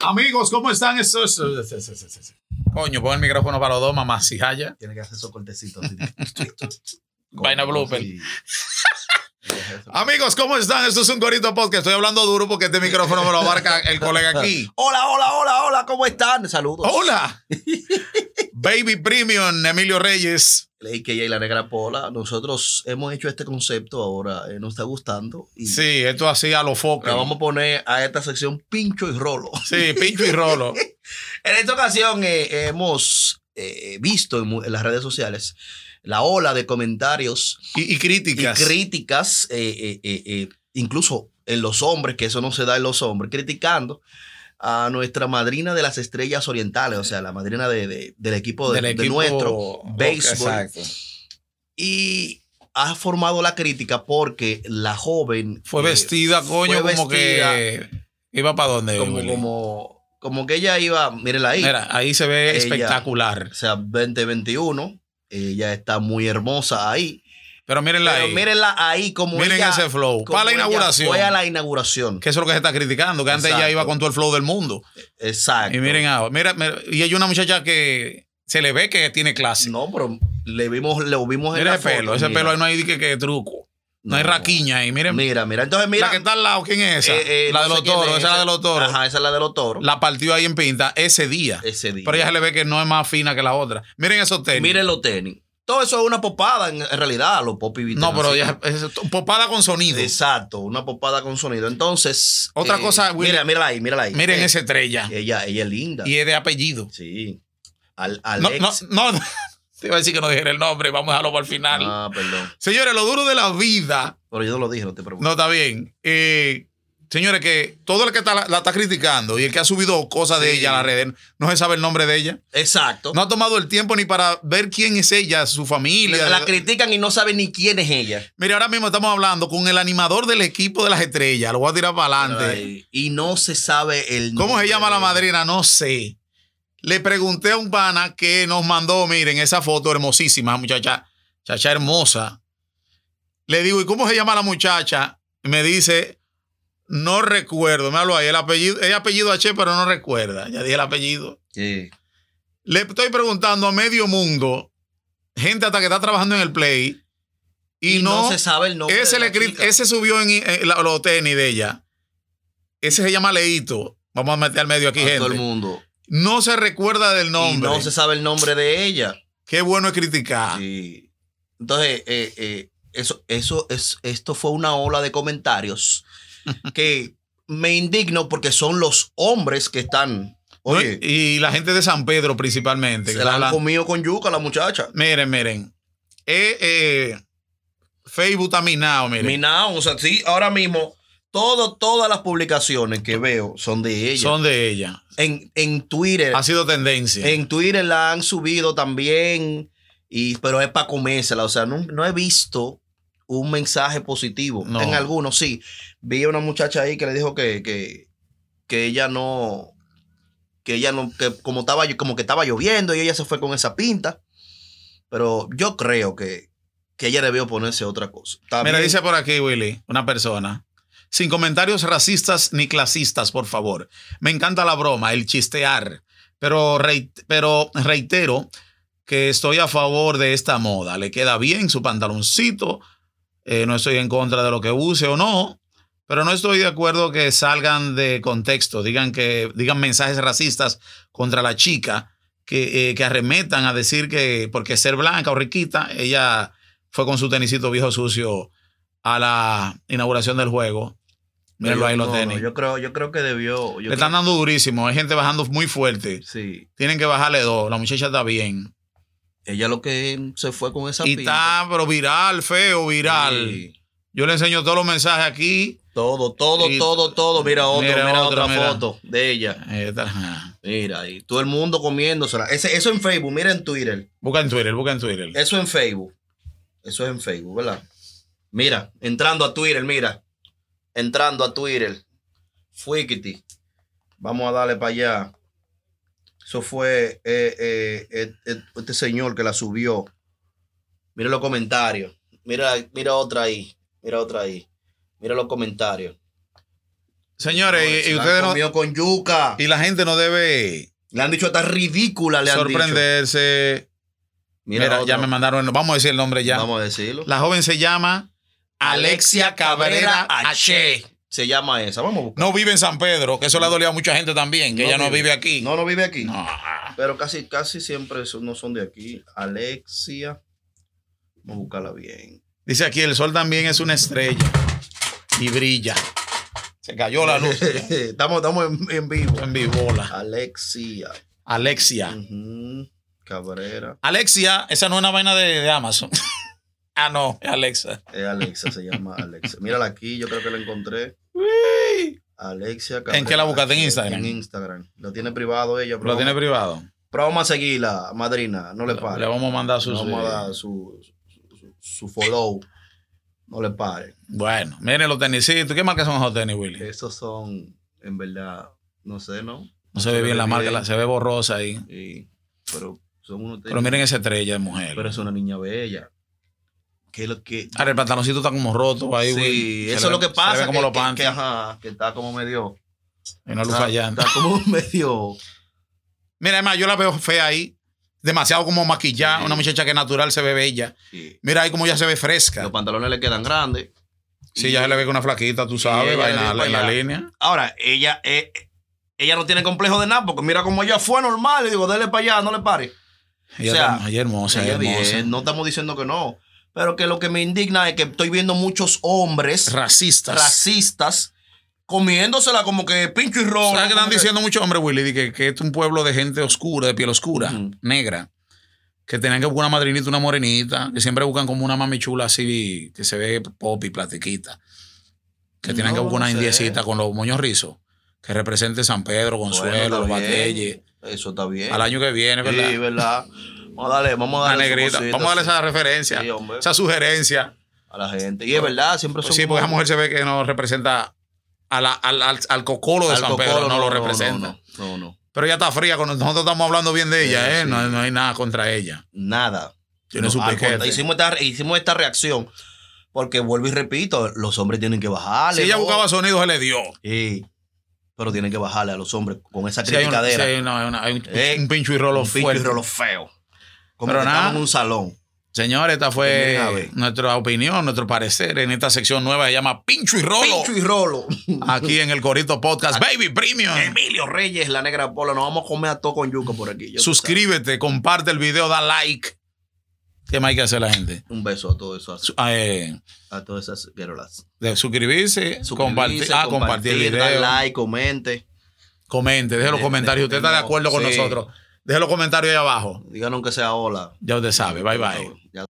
Amigos, ¿cómo están? Eso, eso, eso, eso, eso, eso. Coño, pon el micrófono para los dos, mamá, si haya. Tiene que hacer esos cortecitos. Vaina blooper. Amigos, ¿cómo están? Esto es un Corito Podcast. Estoy hablando duro porque este micrófono me lo abarca el colega aquí. Hola, hola, hola, hola, ¿cómo están? Saludos. ¡Hola! Baby Premium, Emilio Reyes. Ley que y la negra pola. Nosotros hemos hecho este concepto ahora, eh, nos está gustando. Y Sí, esto así a lo foco. Ahora vamos a poner a esta sección pincho y rolo. Sí, pincho y rolo. En esta ocasión eh, hemos eh, visto en, mu- en las redes sociales la ola de comentarios Y, y y críticas. críticas, eh, eh, eh, eh, incluso en los hombres, que eso no se da en los hombres, criticando a nuestra madrina de las estrellas orientales, o sea, la madrina de- de- del equipo de, del de equipo nuestro local, béisbol. exacto. Y ha formado la crítica porque la joven Fue eh, vestida, coño, fue como que iba para donde. como, Willy? como, como que ella iba, mírenla ahí, Mira, ahí se ve Ella- espectacular. o sea, 2021, ella está muy hermosa ahí. Pero mírenla Pero ahí. mírenla ahí como Miren ella- ese flow. como Para la ella inauguración. Fue a la inauguración. Que eso es lo que se está criticando, que antes ella Exacto. iba con todo el flow del mundo. Exacto. Y miren ahora, mira, mira, y hay una muchacha que se le ve que tiene clase. No, pero le vimos, le vimos en mira la ese pelo, foto, ese mira. pelo ahí no hay que, que truco. No, hay No. raquiña ahí, miren. Mira, mira, entonces mira. la que está al lado, ¿quién es esa? eh, eh, la de no los sé quién toros, esa es la de los toros. Ajá, esa es la de los toros. La partió ahí en pinta ese día. Ese día. Pero ella se le ve que no es más fina que la otra. Miren esos tenis. Miren los tenis. Todo eso es una popada en, en realidad, los pop y visten no, pero así. ella es popada con sonido. Exacto, una popada con sonido. Entonces. eh, Otra cosa, Willy. Mira, mírala ahí, mírala ahí. Miren Eh, esa estrella. Ella, ella es linda. Y es de apellido. Sí. Al, No, Alex. no, no, no. Te iba a decir que no dijera el nombre, vamos a dejarlo para el final. Ah, perdón. Señores, lo duro de la vida. Pero yo no lo dije, no te preocupes. No, está bien. Eh, señores, que todo el que está- la, la está criticando y el que ha subido cosas de Sí. ella a las redes, no se sabe el nombre de ella. Exacto. No ha tomado el tiempo ni para ver quién es ella, su familia. la critican y no saben ni quién es ella. Mira, ahora mismo estamos hablando con el animador del equipo de las estrellas. Lo voy a tirar para adelante. Ay, Y no se sabe el ¿Cómo se nombre llama la de ella. madrina? No sé. Le pregunté a un pana que nos mandó, miren, esa foto hermosísima, muchacha, chacha hermosa. Le digo, ¿y cómo se llama la muchacha? Y me dice, no recuerdo. Me habló ahí, el apellido, el apellido H, pero no recuerda. Ya dije el apellido. Sí. Le estoy preguntando a medio mundo, gente hasta que está trabajando en el play, y, y, no, se sabe el nombre. ese, de la le cri- chica. ese subió en, en la- los tenis de ella. Ese se llama Leito. Vamos a meter al medio aquí, A todo el gente. mundo. No se recuerda del Y nombre. no se sabe el nombre de ella. Qué bueno es criticar. Sí. Entonces, eh, eh, eso, eso es, esto fue una ola de comentarios que me indigno porque son los hombres que están. ¿No? Oye, y la gente de San Pedro principalmente. que se la han hablan- comido con yuca la muchacha. Miren, miren. Eh, eh, Facebook está minado, miren. Minao, o sea, sí, ahora mismo. Todo, todas las publicaciones que veo son de ella. Son de ella. En, en Twitter. Ha sido tendencia. En Twitter la han subido también, y, pero es para comérsela. O sea, no, no he visto un mensaje positivo. No. En algunos sí. Vi a una muchacha ahí que le dijo que, que, que ella no. Que ella no. Que como, estaba, como que estaba lloviendo y ella se fue con esa pinta. Pero yo creo que, que ella debió ponerse otra cosa. También- Mira, dice por aquí, Willy, una persona. Sin comentarios racistas ni clasistas, por favor. Me encanta la broma, el chistear. Pero, rei- pero reitero que estoy a favor de esta moda. Le queda bien su pantaloncito. Eh, no estoy en contra de lo que use o no. Pero no estoy de acuerdo que salgan de contexto, digan que digan mensajes racistas contra la chica, que, eh, que arremetan a decir que porque ser blanca o riquita, ella fue con su tenisito viejo sucio a la inauguración del juego. Mírenlo ahí los No, no, tenis. yo, creo, yo creo que debió. yo Le están creo- dando durísimo. Hay gente bajando muy fuerte. sí. Tienen que bajarle dos. La muchacha está bien. Ella lo que se fue con esa Y pinta. está, pero viral, feo, viral. Sí. Yo le enseño todos los mensajes aquí. Todo, todo, Y- todo, todo. Mira otro, Mira mira, otro, otra mira. foto de ella. Ahí está. Ajá. Mira, y todo el mundo comiéndosela. Ese, eso en Facebook, mira en Twitter. Busca en Twitter, busca en Twitter. Eso en Facebook. Eso es en Facebook, ¿verdad? Mira, entrando a Twitter, mira. Entrando a Twitter. Fuikiti. Vamos a darle para allá. Eso fue eh, eh, eh, eh, este señor que la subió. Mira los comentarios. Mira, mira otra ahí. Mira otra ahí. Mira los comentarios. Señores, y, y Se la han ustedes no- comido con yuca. y la gente no debe Le han dicho hasta ridícula, le han dicho. sorprenderse. Mira, ya otro. me mandaron, el- vamos a decir el nombre ya. Vamos a decirlo. La joven se llama Alexia Cabrera H. Se llama esa. Vamos a buscar. No vive en San Pedro, que eso le ha dolido a mucha gente también, que No ella no vive. vive aquí. No, no vive aquí. No. Pero casi, casi siempre son- no son de aquí. Alexia. Vamos a buscarla bien. Dice aquí, el sol también es una estrella y brilla. Se cayó la luz. estamos estamos en, en vivo. en vivola. Alexia. Alexia. Ujú. Cabrera. Alexia, esa no es una vaina de, de Amazon. ah, no, es Alexa. Es Alexa, se llama Alexa. Mírala aquí, yo creo que la encontré. Alexia Cabrera. qué la buscaste? ¿En Instagram? En Instagram. Lo tiene privado ella. pero Lo tiene vamos- privado. Pero vamos a seguirla, madrina. No le pare. Le vamos a mandar sus. eh, vamos a dar su, su, su- su follow. No le pare. Bueno, miren los tenisitos. ¿Qué marca son esos tenis, Willy? Estos son, en verdad, no sé, ¿no? No se ve bien la marca, la- se ve borrosa ahí. Y- pero son unos tenis- Pero miren esa estrella de mujer. pero es una niña bella. ¿Qué es lo que...? Ahora el pantaloncito está como roto Ah, pues ahí, sí, Willy. Se eso es le- lo que se le pasa. ve como que, los que- que, panties. ajá, que está como medio... Y una luz está, fallante. está como medio... Mira, además, yo la veo fea ahí. Demasiado como maquillada. Sí. Una muchacha que natural se ve bella. sí. Mira ahí como ya se ve fresca. Los pantalones le quedan grandes. Sí, ya se le ve con una flaquita, tú sabes, ella vaina le dio en la para allá. línea. Ahora, ella, eh, ella no tiene complejo de nada, porque mira como ella fue normal. Y digo, dele para allá, no le pare. Ella, O sea, está- ella es hermosa, ella Ella es hermosa. bien, no estamos diciendo que no. Pero que lo que me indigna es que estoy viendo muchos hombres Racistas. racistas comiéndosela como que pincho y rojo. ¿Sabes qué como están que- diciendo muchos hombres, Willy? De Que, que es un pueblo de gente oscura, de piel oscura, Ujú. negra. Que tenían que buscar una madrinita, una morenita. Que siempre buscan como una mami chula así, que se ve pop y platiquita. Que tienen No, que buscar no una sé. indiecita con los moños rizos. Que represente San Pedro, Bueno, Consuelo, los está bien. Batelles. Eso está bien. Al año que viene, ¿verdad? Sí, ¿verdad? Vamos a darle, vamos a Una darle su negrita. cosita, Vamos a darle sí, esa referencia, Sí, hombre. esa sugerencia. Pues a la gente. Y es verdad, siempre son sí, porque esa como- mujer se ve que no representa a la- al, al- al cocolo de al San cocolo, Pedro, no, lo representa. No, no, no. Pero ella está fría, cuando nosotros estamos hablando bien de ella, Sí, ¿eh? sí. No, no hay nada contra ella. Nada. Tiene No, su al piquete. contra- Hicimos esta, hicimos esta reacción. Porque vuelvo y repito, los hombres tienen que bajarle. si ella ¿no? buscaba sonido, se le dio. Sí. Pero tienen que bajarle a los hombres con esa Si hay, una- criticadera. si hay una- una- hay un, Eh, un pincho y rolo un pincho y fuerte. rolo feo. Como Pero que nada. estamos en un salón. Señores, esta Primera fue vez. nuestra opinión, nuestro parecer en esta sección nueva. Se llama Pincho y Rolo. Pincho y rolo. Aquí en el Corito Podcast. Baby Premium. Emilio Reyes, la negra pola. Nos vamos a comer a todo con yuca por aquí. Ya tú Suscríbete, comparte el video, da like. ¿Qué más hay que hacer la gente? sabes. Un beso a todo eso. Su- ah, eh, A todas esas guerolas. de suscribirse, compartir, Suscribirse, ah, compartir el dar video. like, comente. Comente, deje los De- comentarios. de- ¿Usted está de acuerdo con sí. nosotros? Deje los comentarios ahí abajo. Díganos que sea hola. Ya usted sabe. Bye bye. Ya